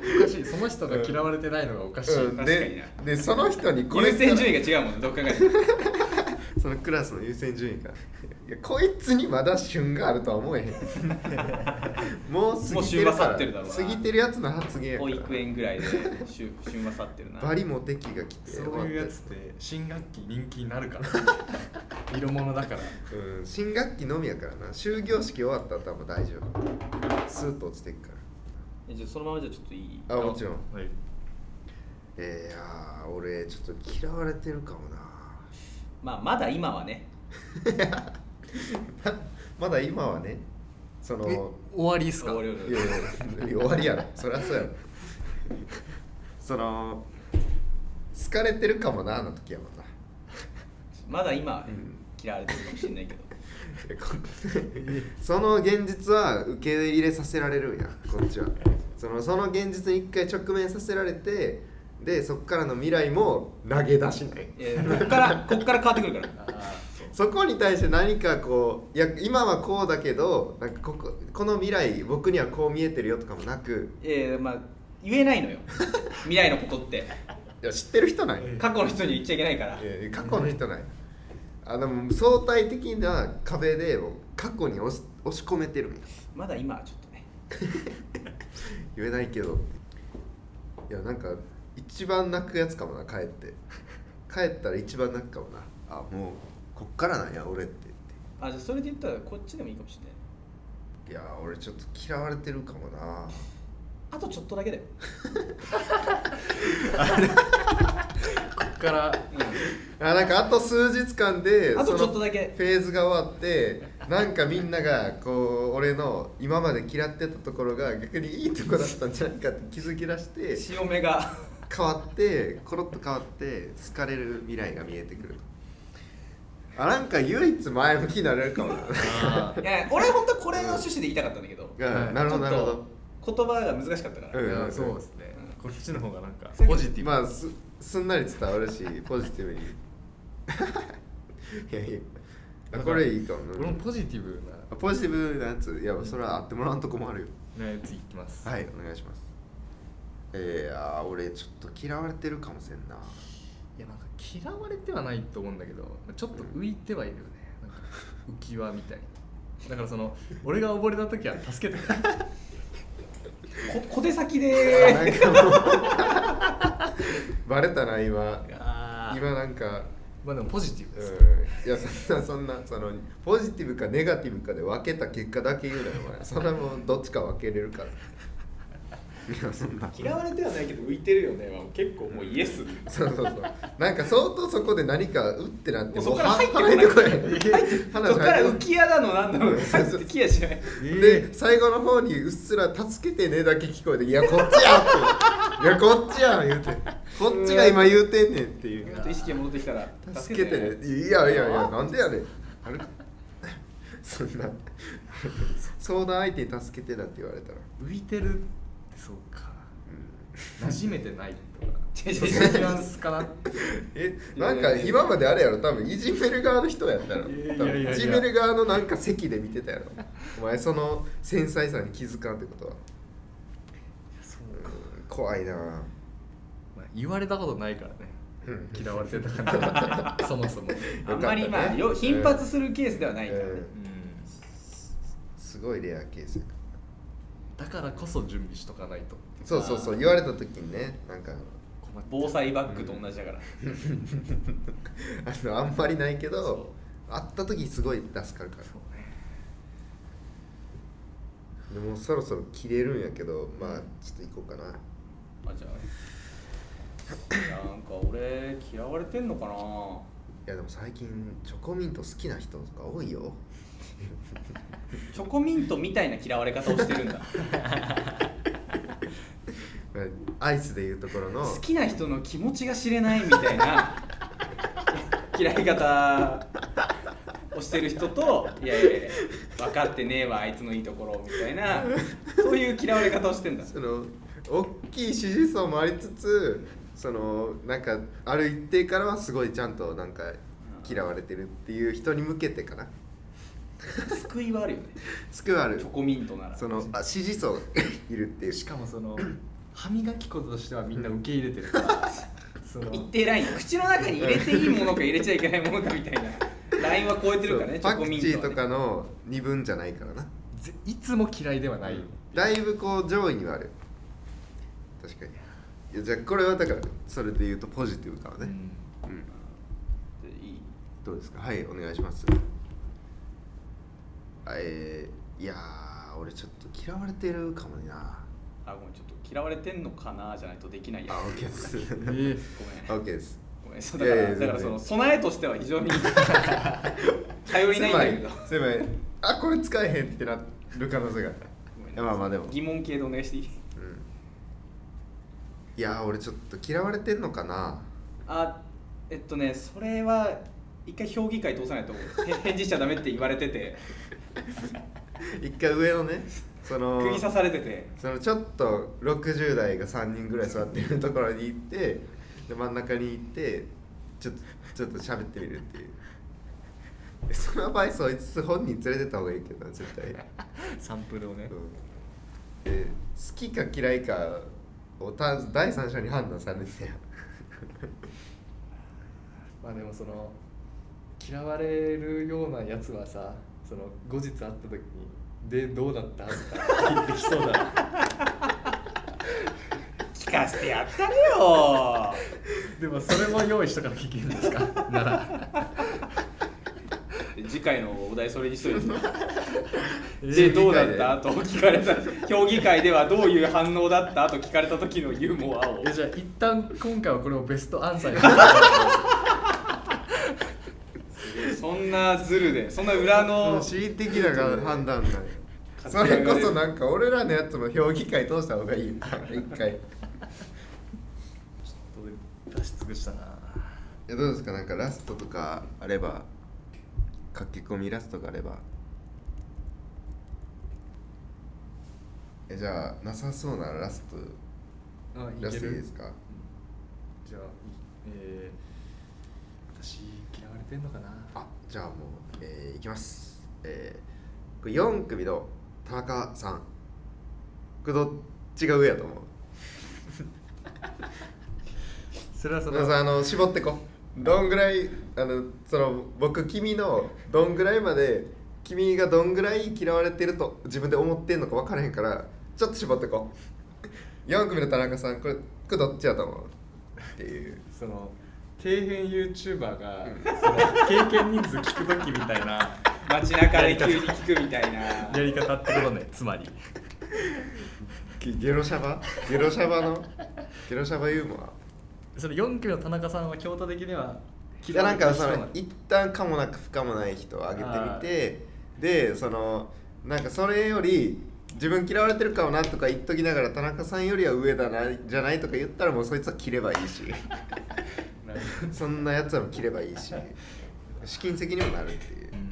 Speaker 2: ーおかしいその人が嫌われてないのがおかしい、
Speaker 1: も、うん、
Speaker 3: 確かに
Speaker 1: で
Speaker 3: な
Speaker 1: で *laughs* その人にこれ
Speaker 3: 優先順位が違うもんねどう考えても
Speaker 1: そのクラスの優先順位がいやこいつにまだ旬があるとは
Speaker 3: *laughs*
Speaker 1: 思えへんもう過ぎてるか
Speaker 3: もう旬は去
Speaker 1: ら
Speaker 3: ってるだろうな
Speaker 1: 過ぎてるやつの発言や
Speaker 3: 保
Speaker 1: から
Speaker 3: 育園ぐらいで旬旬は去ってるな
Speaker 1: バリモテ期が来て
Speaker 2: そういうやつって新学期人気になるから *laughs* 色物だから
Speaker 1: うん新学期のみやからな終業式終わったら多分大丈夫スーッと落ちてくか
Speaker 3: えじゃあそのままじゃちょっといい
Speaker 1: らあもちろん
Speaker 2: はい
Speaker 1: えー、いやー俺ちょっと嫌われてるかもな *laughs*
Speaker 3: まあまだ今はね
Speaker 1: まだ今はねそのい
Speaker 2: え終わりっすか
Speaker 3: 俺
Speaker 1: やいやいや終わりやろそりゃそうやろその好かれてるかもなあの時やもんな
Speaker 3: まだ今はね
Speaker 1: うん
Speaker 3: 嫌われてるかもしれないけど *laughs*
Speaker 1: えこ *laughs* その現実は受け入れさせられるんやこっちはそのその現実に一回直面させられてでそこからの未来も投げ出しない
Speaker 3: えーこっからこっから変わってくるから
Speaker 2: あーそう
Speaker 1: そこに対して何かこういや今はこうだけどなんかこここの未来僕にはこう見えてるよとかもなく
Speaker 3: えーまあ言えないのよ未来のことって
Speaker 1: いや知ってる人ない
Speaker 2: え
Speaker 3: 過去の人に言っちゃいけないから
Speaker 1: いや過去の人ないあでも相対的な壁で過去に押し押し込めてるんや
Speaker 3: まだ今はちょっとね
Speaker 1: 言えないけどいやなんか一番泣くやつかもな帰って帰ったら一番泣くかもなあもうこっからなんや俺って言っ
Speaker 3: あじゃあそれで言ったらこっちでもいいかもしれない
Speaker 1: ていやー俺ちょっと嫌われてるかもな
Speaker 3: あとちょっとだけだよ、
Speaker 2: こっから
Speaker 3: う
Speaker 1: あなんかあと数日間で
Speaker 3: あと
Speaker 1: その
Speaker 3: ちょっとだけ
Speaker 1: フェーズが終わってなんかみんながこう俺の今まで嫌ってたところが逆にいいとこだったんじゃないかって気づき出して
Speaker 3: ん、潮目が
Speaker 1: 変わってコロッと変わって好かれる未来が見えてくるあなんか唯一前向きになれるかもな
Speaker 2: あ
Speaker 3: いや俺本当はこれの趣旨で言いたかったんだけど、
Speaker 1: *laughs* うんなるほどなるほど
Speaker 3: ちょっと言葉が難しかったから、
Speaker 1: う
Speaker 2: ー
Speaker 1: ん
Speaker 2: いやそうですねこっちの方がなんか
Speaker 3: うん
Speaker 2: ポジティブ
Speaker 1: まあすすんなり伝わるしポジティブに *laughs* いやいやあこれいいかも
Speaker 2: 俺
Speaker 1: な
Speaker 2: もポジティブ
Speaker 1: あポジティブなやついやそれはあってもらわんと困るよ
Speaker 2: ななやついきます
Speaker 1: はいお願いしますえー、あー俺ちょっと嫌われてるかもしれんない
Speaker 2: やなんか嫌われてはないと思うんだけどちょっと浮いてはいるよねなんか浮き輪みたいなだからその俺が溺れた時は助けてくれ *laughs*
Speaker 3: こ *laughs* 小手先
Speaker 1: あ
Speaker 3: で
Speaker 1: なんかもう *laughs* バレたな今
Speaker 2: あ
Speaker 1: 今なんか
Speaker 2: まあでもポジティブです、
Speaker 1: うんいやそんなそんなそのポジティブかネガティブかで分けた結果だけ言うなよお前それもうどっちか分けれるからいやそんな
Speaker 3: 嫌われてはないけど浮いてるよねは結構もうイエス、
Speaker 1: そうそうそうなんか相当そこで何かうってなって
Speaker 3: もうそこから入ってこ
Speaker 1: は
Speaker 3: ない
Speaker 1: 入ってこない
Speaker 3: そ
Speaker 1: 話
Speaker 3: こから
Speaker 1: 入っ
Speaker 3: 浮
Speaker 1: て
Speaker 3: き屋だのなんだのって気やしない
Speaker 1: こないで最後の方にうっすら「助けてね」だけ聞こえて「いやこっちや!」って「いやこっちや!」言うて「こっちが今言うてんねん」っていう
Speaker 3: ちょっと意識が戻ってきたら
Speaker 1: 助けてねいやいやいやなんでやねんあれ *laughs* そんな相談相手に助けてだって言われたら、
Speaker 2: 浮いてるってそうか馴染めてないとか
Speaker 3: 違う違う違う
Speaker 2: そういうニュアンスかな
Speaker 1: えなんか今まであれやろ多分いじめる側の人やったら多
Speaker 2: いやいやいや
Speaker 1: 分
Speaker 2: いや
Speaker 1: いじめる側のなんか席で見てたやろお前その繊細さに気づかんってことは
Speaker 2: そう
Speaker 1: う
Speaker 2: か、
Speaker 1: ん怖いなぁ
Speaker 2: まあ、言われたことないからね
Speaker 1: うん
Speaker 2: 嫌われてたからそもそも、
Speaker 3: *laughs* あんまりまあよ頻発するケースではないから、ね
Speaker 1: うんすごいレアケースやから
Speaker 2: だからこそ準備しとかないと
Speaker 1: そうそうそう言われた時にねなんか
Speaker 2: 困っちゃう
Speaker 3: 防災バッグと同じだから、
Speaker 1: あのあんまりないけど
Speaker 2: そ
Speaker 1: 会った時すごい助かるから
Speaker 2: そう
Speaker 1: で
Speaker 2: ね
Speaker 1: もそろそろ切れるんやけどまあちょっと行こうかな
Speaker 3: あじゃあなんか俺嫌われてんのかない
Speaker 1: やでも最近チョコミント好きな人とか多いよ
Speaker 3: チョコミントみたいな嫌われ方をしてるんだ
Speaker 1: アイスでいうところの
Speaker 3: 好きな人の気持ちが知れないみた
Speaker 1: *laughs*
Speaker 3: いな嫌い方をしてる人といやいやいや分かってねえわあいつのいいところみたいなそういう嫌われ方をしてんだ
Speaker 1: その大きい支持層もありつつそのなんかある一定からはすごいちゃんとなんか嫌われてるっていう人に向けてかな
Speaker 3: 救いはあるよね
Speaker 1: 救われ
Speaker 3: チ
Speaker 1: る
Speaker 3: ョコミントなら
Speaker 1: そのあ支持層がいるっていう
Speaker 2: しかもその歯磨き粉としてはみんな受け入れてるからその
Speaker 3: 一定ライン口の中に入れていいものか入れちゃいけないものかみたいなラインは超えてるからねチ
Speaker 1: パ
Speaker 3: ョ
Speaker 1: ク
Speaker 3: コミン
Speaker 1: チ
Speaker 3: トは
Speaker 1: ー
Speaker 3: ね
Speaker 1: とかの二分じゃないからな、
Speaker 2: ぜいつも嫌いではない、
Speaker 1: だいぶこう上位にはある確かにいやじゃあこれはだからそれで言うとポジティブかもね、うん
Speaker 3: いい
Speaker 1: どうですかはいお願いしますあえー、いやー俺ちょっと嫌われてるかもな
Speaker 3: あごめんちょっと嫌われてんのかなじゃないとできないや
Speaker 1: あ OK です
Speaker 2: えー
Speaker 1: OK です
Speaker 3: ごめんそうだか
Speaker 1: いやいや
Speaker 3: ら
Speaker 1: 全然
Speaker 3: だからその備えとしては非常
Speaker 1: *laughs*
Speaker 3: に頼りないんだけど
Speaker 1: 狭い狭いあこれ使えへんってなる可能性がある
Speaker 3: ごめん
Speaker 1: い
Speaker 3: ね
Speaker 1: やまあまあでも
Speaker 3: 疑問系でお願いしてい
Speaker 1: う
Speaker 3: い
Speaker 1: んいやー俺ちょっと嫌われてんのかな
Speaker 3: あえっとねそれは一回評議会通さないとへ *laughs* 返事しちゃダメって言われてて
Speaker 1: *laughs* 一回上のねその
Speaker 3: 釘刺されてて
Speaker 1: そのちょっと60代が3人ぐらい座ってるところに行ってで真ん中に行ってちょっとちょっと喋ってみるっていうで *laughs* その場合そいつ本人連れてった方がいいけどな絶対、
Speaker 3: *laughs*
Speaker 2: サンプルをね
Speaker 1: うん、で好きか嫌いかをた第三者に判断されてたよ
Speaker 2: まあでもその嫌われるようなやつはさその後日会った時に「でどうだった?」とか言ってきそうだ
Speaker 3: 聞かせてやったれよ
Speaker 2: でもそれも用意したから聞けるんですか
Speaker 1: *laughs*
Speaker 2: なら
Speaker 3: 次回のお題それにしとい
Speaker 1: *laughs*
Speaker 3: てでどうだったと聞かれた評議会ではどういう反応だったと聞かれた時のユーモアを
Speaker 2: えじゃあ一旦今回はこれをベストアンサーに
Speaker 3: そんなズルでそんな裏の
Speaker 1: 恣意的なが判断だよそ
Speaker 3: *laughs* 勝手
Speaker 1: れ
Speaker 3: に
Speaker 1: こそなんか俺らのやつも評議会通した方がいいよ一回い
Speaker 2: 出し尽くしたな
Speaker 1: やどうですかなんかラストとかあれば駆け込みラストがあればえじゃあなさそうなラスト
Speaker 2: あい
Speaker 1: ラ
Speaker 2: け
Speaker 1: ストいいで
Speaker 2: る
Speaker 1: すか
Speaker 2: じゃあいえー、私嫌われてんのかな
Speaker 1: あじゃあもう、えーいきますえー、これ4組の田中さんこれどっちが上やと思う
Speaker 2: それはそ
Speaker 1: 皆
Speaker 2: の
Speaker 1: さんあの絞ってこどんぐらいあのその僕君のどんぐらいまで君がどんぐらい嫌われてると自分で思ってんのか分からへんからちょっと絞ってこ4組の田中さんこれこれどっちやと思うっていう
Speaker 2: その底辺 YouTuber がその経験人数聞く時みたいな *laughs*
Speaker 3: 街中で急に聞くみたいな
Speaker 2: やり方ってことねつまり
Speaker 1: ゲロシャバゲロシャバのゲロシャバユーモア
Speaker 2: それ4期の田中さんは京都的にはい
Speaker 1: やなんかそ
Speaker 2: 嫌わ
Speaker 1: の
Speaker 2: れてる
Speaker 1: 一旦かもなく不可もない人を挙げてみてでそのなんかそれより自分嫌われてるかもなとか言っときながら田中さんよりは上だなじゃないとか言ったらもうそいつは切ればいい *laughs* し
Speaker 2: 人はなる
Speaker 1: そんなやつは切ればいいし資金責にもなるっていう
Speaker 2: うーん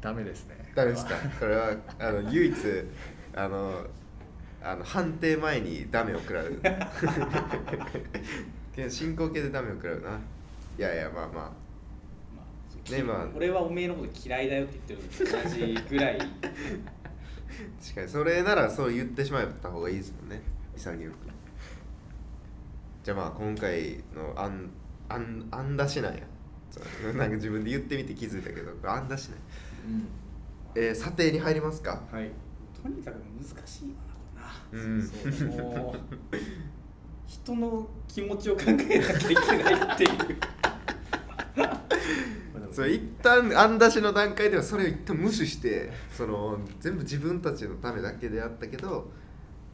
Speaker 2: ダメですね
Speaker 1: ダメですかこれはあの唯一あのあの判定前にダメを食ら *laughs* う進行形でダメを食らうないやいやまあまあ
Speaker 3: まあ
Speaker 1: ねまあ
Speaker 3: 俺はおめえのこと嫌いだよって言ってるのと同じぐらい
Speaker 1: 確かにそれならそう言ってしまった方がいいですもんね潔くじゃあまあ今回のあんあんあんだしなんやそう *laughs* なんか自分で言ってみて気づいたけどあんだしない、えー、査定に入りますか
Speaker 2: はい
Speaker 3: とにかく難しいよなこれな
Speaker 1: うん
Speaker 3: そうもう人の気持ちを考えなきゃいけないっていう
Speaker 1: それ一旦あんだしの段階ではそれを一旦無視してその全部自分たちのためだけであったけど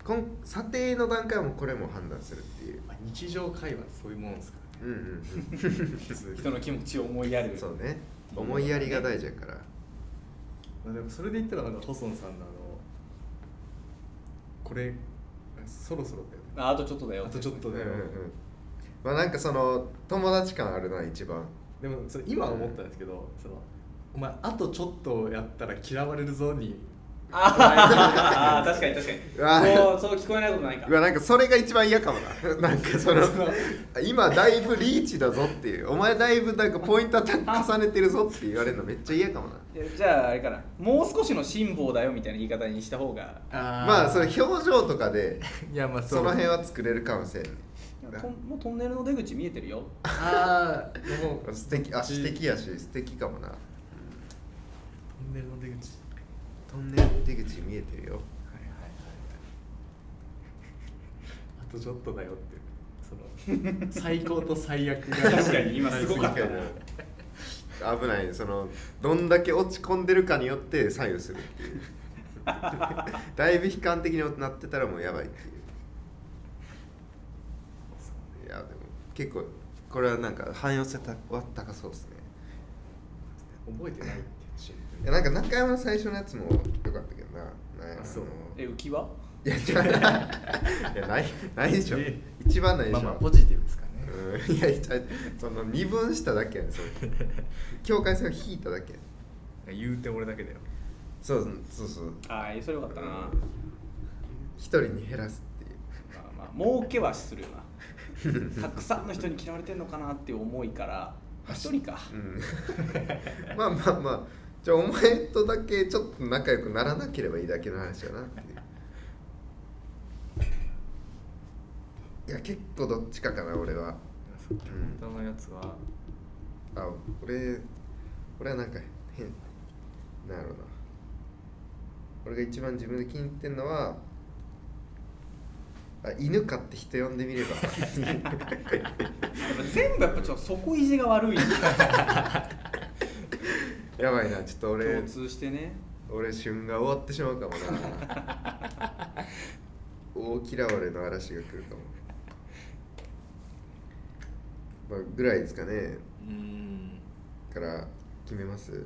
Speaker 1: こん査定の段階はもうこれも判断するっていう
Speaker 2: まあ日常会話ってそういうもんですか
Speaker 1: うんうんうん
Speaker 2: らね普通に
Speaker 3: *laughs* 人の気持ちを思いやる
Speaker 1: そうね思いやりが大事やから
Speaker 2: まあでもそれで言ったらなんか細野さんのあのこれそろそろだよね
Speaker 3: ああとちょっとだよ
Speaker 2: あとちょっと
Speaker 1: うんう
Speaker 2: だ
Speaker 1: んう
Speaker 2: よ、
Speaker 1: んまあなんかその友達感あるな一番
Speaker 2: でもそれ今思ったんですけどそのお前あとちょっとやったら嫌われるぞに
Speaker 3: ああ確かに確
Speaker 1: うわ
Speaker 3: かにそうそう聞こえないことないか
Speaker 1: うわなんかそれが一番嫌かもな *laughs* なんかその今だいぶリーチだぞっていうお前だいぶなんかポイント重ねてるぞって言われるのめっちゃ嫌かもない
Speaker 3: やじゃああれかなもう少しの辛抱だよみたいな言い方にした方が
Speaker 2: あ
Speaker 1: まあそれ表情とかで
Speaker 2: いやまあ
Speaker 1: その辺は作れるかもしれんね
Speaker 3: でも
Speaker 1: だ
Speaker 3: とんもうトンネルの出口見えてるよ
Speaker 2: ああもう
Speaker 1: 素敵あ
Speaker 2: うち
Speaker 1: 素敵やし素敵かもな
Speaker 2: トンネルの出口はい
Speaker 1: トンネル出口見えてるよ
Speaker 2: はいはいあとちょっとだよっていう *laughs* その最高と最悪が
Speaker 3: 確かに今すごかったな
Speaker 1: 危ないそのどんだけ落ち込んでるかによって左右するっていうだいぶ悲観的になってたらもうやばいっていういやでも結構これはなんか汎用性たは高そうですね
Speaker 2: 覚えてないって教え
Speaker 1: い
Speaker 2: て
Speaker 1: やなんか中山の最初のやつも良かったけどななんや
Speaker 2: あそう
Speaker 1: の
Speaker 3: え浮き輪
Speaker 1: いや、違ういや
Speaker 2: *laughs*
Speaker 1: ない、ないでしょ
Speaker 2: え。
Speaker 1: 一番ないでしょ。
Speaker 2: まあまあポジティブですかね
Speaker 1: うん、いや、いやその二分しただけやん、そ
Speaker 2: *laughs*
Speaker 1: れ。境界線を引いただけやん。
Speaker 2: 言うて俺だけだよ
Speaker 1: そう、そうそう。
Speaker 3: ああそれよかったな、ま
Speaker 1: 一人に減らすっていう。
Speaker 3: あまあ儲けはするよなたくさんの人に嫌われてんのかなっていう思いから一人か、
Speaker 1: うん。まあまあまあ。じゃあお前とだけちょっと仲良くならなければいいだけの話だなっていう。いや結構どっちかかな俺は。
Speaker 2: そう本当のやつは
Speaker 1: あ俺俺はなんか変なるほどな俺が一番自分で気に入ってんのはあ犬飼って人呼んでみれば *laughs*
Speaker 3: やっぱ全部やっぱちょっと底意地が悪い
Speaker 1: やばいなちょっと俺
Speaker 3: 共通してね
Speaker 1: 俺旬が終わってしまうかもな
Speaker 3: *laughs*
Speaker 1: 大嫌われの嵐が来るかも、まあ、ぐらいですかね
Speaker 2: うーん
Speaker 1: から決めます
Speaker 2: う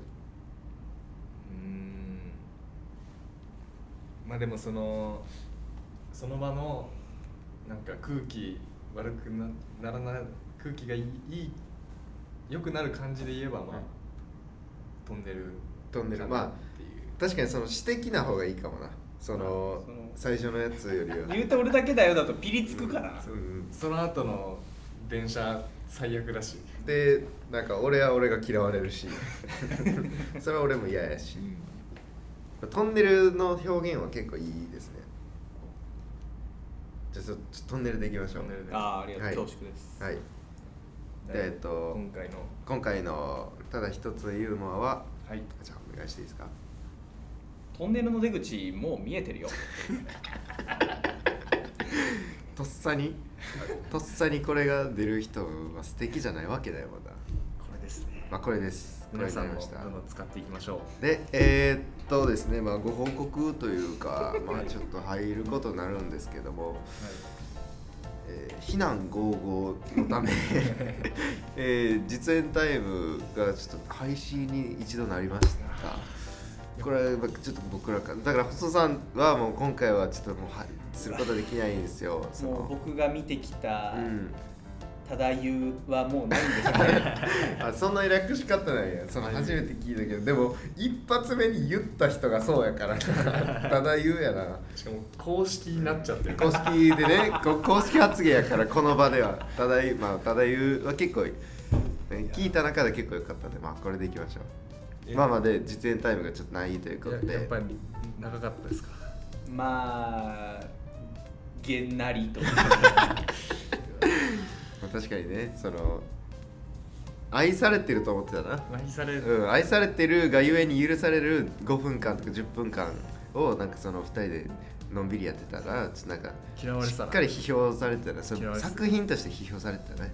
Speaker 2: ーんまあでもそのその場のなんか空気悪くなならない空気がいいいい良くなる感じで言えばまあ、
Speaker 1: うん
Speaker 2: 飛んでる
Speaker 1: 飛んでる
Speaker 2: かな
Speaker 1: まあ
Speaker 2: っていう
Speaker 1: 確かにその私的な方がいいかもなその
Speaker 3: あその
Speaker 1: 最初のやつよ
Speaker 3: *laughs*
Speaker 1: りは
Speaker 3: 言うて俺だけだよだとピリつくからな、
Speaker 1: うん
Speaker 2: その後の電車最悪だし、
Speaker 1: でなんか俺は俺が嫌われるし
Speaker 2: *laughs*
Speaker 1: それは俺も嫌やしトンネルの表現は結構いいですねじゃあちょっとトンネルでいきましょう
Speaker 2: トンネルで
Speaker 3: ああありがとう、
Speaker 1: はい
Speaker 3: 恐縮です、
Speaker 1: はいでえっと
Speaker 2: 今回の
Speaker 1: 今回のただ一つユーモアは
Speaker 2: はい
Speaker 1: じゃあお願いしていいですか
Speaker 3: トンネルの出口もう見えてるよ
Speaker 1: とっさにとっさにこれが出る人は素敵じゃないわけだよまだ
Speaker 2: これですね
Speaker 1: まあこれですこれ
Speaker 2: 皆
Speaker 1: に
Speaker 2: さ
Speaker 1: なり
Speaker 2: ん
Speaker 1: ま
Speaker 2: も
Speaker 1: した
Speaker 2: どんどん使っていきましょう
Speaker 1: でえーっとですねまあご報告というかまあちょっと入ることになるんですけども、えー避難合々のため、 *laughs* えー実演タイムがちょっと廃止に一度なりましたこれはちょっと僕らからだから細さんはもう今回はちょっともうはすることできないんですよそ
Speaker 3: もう
Speaker 1: の
Speaker 3: 僕が見てきた
Speaker 1: うん
Speaker 3: ただゆはもうない
Speaker 1: *laughs*
Speaker 3: んですよね
Speaker 1: あそんな略し方ないやその初めて聞いたけどでも一発目に言った人がそうやからなただ言うやな
Speaker 2: しかも公式になっちゃってる
Speaker 1: 公式でねこ公式発言やからこの場ではただいまあただ言うは結構ね聞いた中で結構良かったんでまあこれでいきましょう
Speaker 2: え
Speaker 1: まあまあで実演タイムがちょっとないということ
Speaker 2: ややっ
Speaker 1: で
Speaker 2: ぱり長かったですか
Speaker 3: まあげん
Speaker 1: *laughs*
Speaker 3: なりと
Speaker 1: まあ確かにねその愛されてると思ってたな、
Speaker 2: 何される、
Speaker 1: うん、愛されてるがゆえに許される5分間とか10分間をなんかその2人でのんびりやってたらちょっとなんか
Speaker 2: 嫌われ
Speaker 1: して
Speaker 2: た
Speaker 1: っ
Speaker 2: ら
Speaker 1: かり批評されてたねそ
Speaker 2: 嫌
Speaker 1: の
Speaker 2: われてた
Speaker 1: 作品として批評されてたね。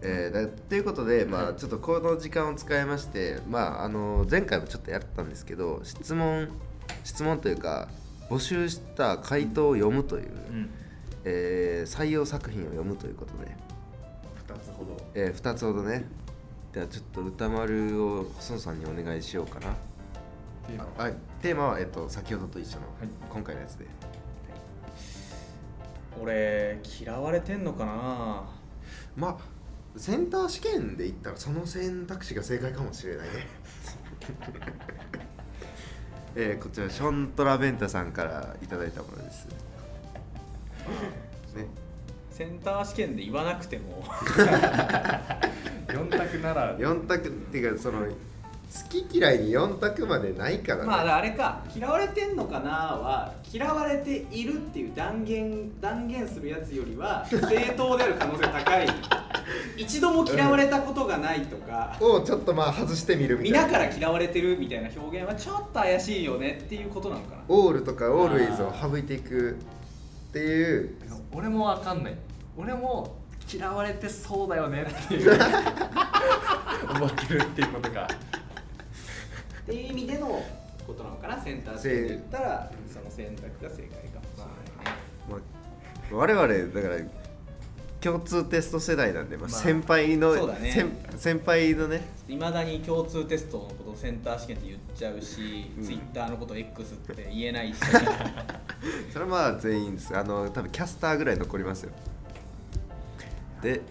Speaker 1: えー、だということで、まあ、ちょっとこの時間を使いまして、まあ、あの前回もちょっとやったんですけど質問質問というか募集した回答を読むという、
Speaker 2: うん、
Speaker 1: えー採用作品を読むということで、
Speaker 2: 2つほど
Speaker 1: え2つほどねではちょっと歌丸を細野さんにお願いしようかな
Speaker 2: テーマは
Speaker 1: あはいテーマは、えっと先ほどと一緒の、
Speaker 2: い
Speaker 1: 今回のやつで
Speaker 3: 俺嫌われてんのかな
Speaker 1: まあセンター試験で言ったらその選択肢が正解かもしれないねえーこちらショントラベンタさんからいただいたものですね
Speaker 3: センター試験で言わなくても
Speaker 2: 4択なら
Speaker 1: 4択っていうかその好き嫌いに4択までないからね、
Speaker 3: まああれか嫌われてんのかなは嫌われているっていう断言断言するやつよりは正当である可能性が
Speaker 1: *laughs*
Speaker 3: 高い一度も嫌われたことがないとか、
Speaker 1: をちょっとまあ外してみるみたいな
Speaker 3: 皆から嫌われてるみたいな表現はちょっと怪しいよねっていうことなのかな
Speaker 1: オールとかオールイズを省いていくっていう
Speaker 2: 俺もわかんない俺も嫌われてそうだよねって *laughs* いう思ってるっていうことか
Speaker 3: っていう意味でのことなのかな選択肢で言ったらその選択が正解かもしれないね
Speaker 1: まあ我々だから共通テスト世代なんで、まあ、
Speaker 2: まあ
Speaker 1: 先輩の、
Speaker 3: そうだね
Speaker 1: 先先輩のね
Speaker 3: いまだに共通テストのことをセンター試験って言っちゃうし、
Speaker 1: うん
Speaker 3: ツイッターのことを X って言えないし
Speaker 1: それはまあ全員ですあの多分キャスターぐらい残りますよで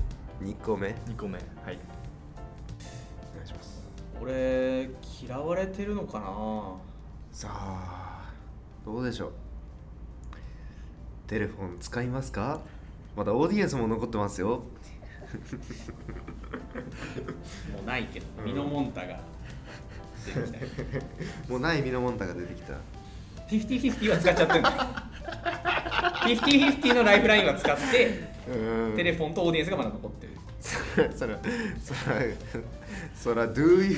Speaker 1: 2個目
Speaker 2: 2個目はい
Speaker 1: お願いします
Speaker 3: 俺嫌われてるのかな
Speaker 1: さあどうでしょうテレフォン使いますかまだオーディエンスも残ってますよ
Speaker 3: もうないけど
Speaker 1: うん
Speaker 3: ミノモンタ *laughs* が出てきたよ
Speaker 1: もうないミノモンタが出てきた
Speaker 3: 50/50は使っちゃってんだよ50/50のライフラインは使って
Speaker 1: うん
Speaker 3: テレフォンとオーディエンスがまだ残ってる
Speaker 1: そらそらそらそら Do you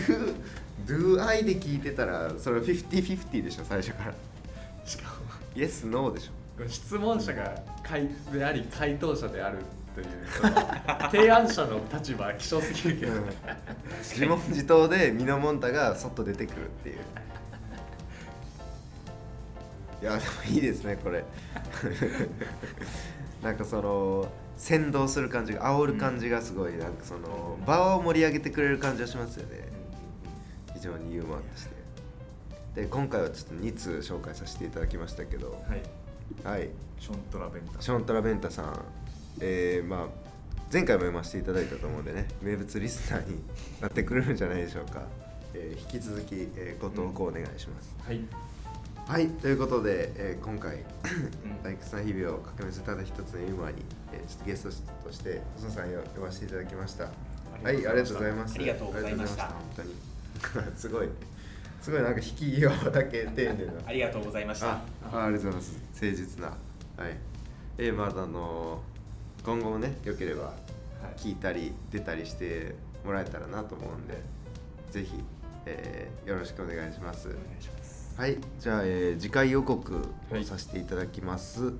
Speaker 1: Do I で聞いてたらそれ50-50でしょ最初から
Speaker 2: しかも
Speaker 1: Yes No でしょ
Speaker 2: 質問者が回であり回答者であるという *laughs* その提案者の立場は希少すぎるけど、
Speaker 1: うん自問自答でミノモンタがそっと出てくるっていういやでもいいですねこ *laughs* れなんかその先導する感じが煽る感じがすごいなんかその場を盛り上げてくれる感じがしますよね非常にユーモアとしてで今回はちょっと2通紹介させていただきましたけど
Speaker 2: はい
Speaker 1: はい
Speaker 2: ショントラベンタ
Speaker 1: ショーン・トラベンタさん、えーまあ、前回も読ませていただいたと思うんでね名物リスナーになってくれるんじゃないでしょうか、えー引き続き、えーご投稿お願いします、
Speaker 2: はい、
Speaker 1: はいということで、えー今回大工さん日々を革命するただ一つのユーモアに、えーちょっとゲストとして細野さんを呼ばせていただきましたはいありがとうございます
Speaker 3: ありがとうございました
Speaker 1: ありがとうございました本当に *laughs* すごいすごいなんか引き際だけ丁寧な
Speaker 3: ありがとうございました
Speaker 1: ああありがとうございます誠実なはいえーまだあのー今後もね良ければ
Speaker 2: はい
Speaker 1: 聞いたり出たりしてもらえたらなと思うんでぜひ、えーよろしくお願いします
Speaker 2: お願いします
Speaker 1: はいじゃあ、えー次回予告
Speaker 2: は
Speaker 1: を
Speaker 2: い
Speaker 1: させていただきます、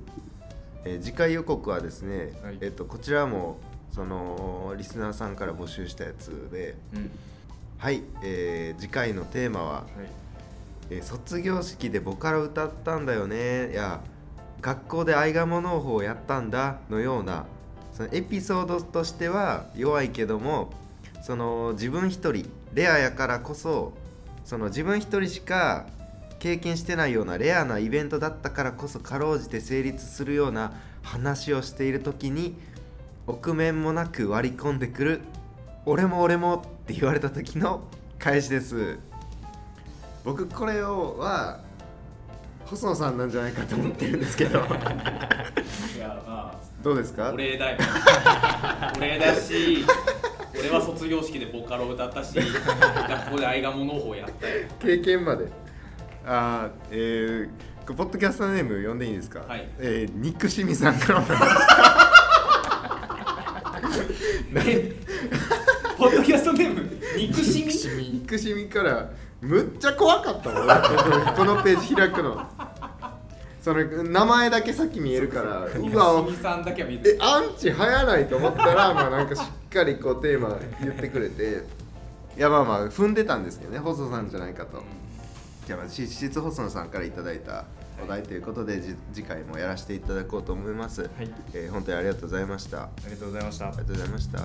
Speaker 1: えー次回予告はですね、
Speaker 2: はい
Speaker 1: えっとこちらもそのリスナーさんから募集したやつで
Speaker 2: うん
Speaker 1: はい、えー次回のテーマは
Speaker 2: はい
Speaker 1: えー卒業式でボカロ歌ったんだよね」や「学校で愛が物農法をやったんだ」のようなそのエピソードとしては弱いけどもその自分一人レアやからこそその自分一人しか経験してないようなレアなイベントだったからこそかろうじて成立するような話をしている時に臆面もなく割り込んでくる「俺も俺も」って言われた時の返しです。僕これをは細野さんなんじゃないかと思ってるんですけ *laughs* ど
Speaker 3: いやまあ
Speaker 1: どうですか
Speaker 3: お礼 *laughs* だよお礼だし俺は卒業式でボカロ歌ったし学校で愛が物法やったよ
Speaker 1: 経験まであーえー、ポッドキャストネーム呼んでいいですか
Speaker 3: はい
Speaker 1: えー、憎しみさんからも
Speaker 3: え *laughs* ポッドキャストネーム憎しみ
Speaker 1: 憎しみからむっちゃ怖かったもん俺このページ開くのその名前だけさっき見えるからうわ
Speaker 3: 憎しみさんだけは見
Speaker 1: え
Speaker 3: る
Speaker 1: アンチ流行らないと思ったらまあなんかしっかりこうテーマ言ってくれていやまあまあ踏んでたんですけどね細野さんじゃないかと、じゃあまあ実質細野さんからいただいたお題ということで、じ次回もやらせていただこうと思います、
Speaker 2: い
Speaker 1: えー本当にありがとうございましたあ
Speaker 2: ありがとうございました
Speaker 1: りがとうございました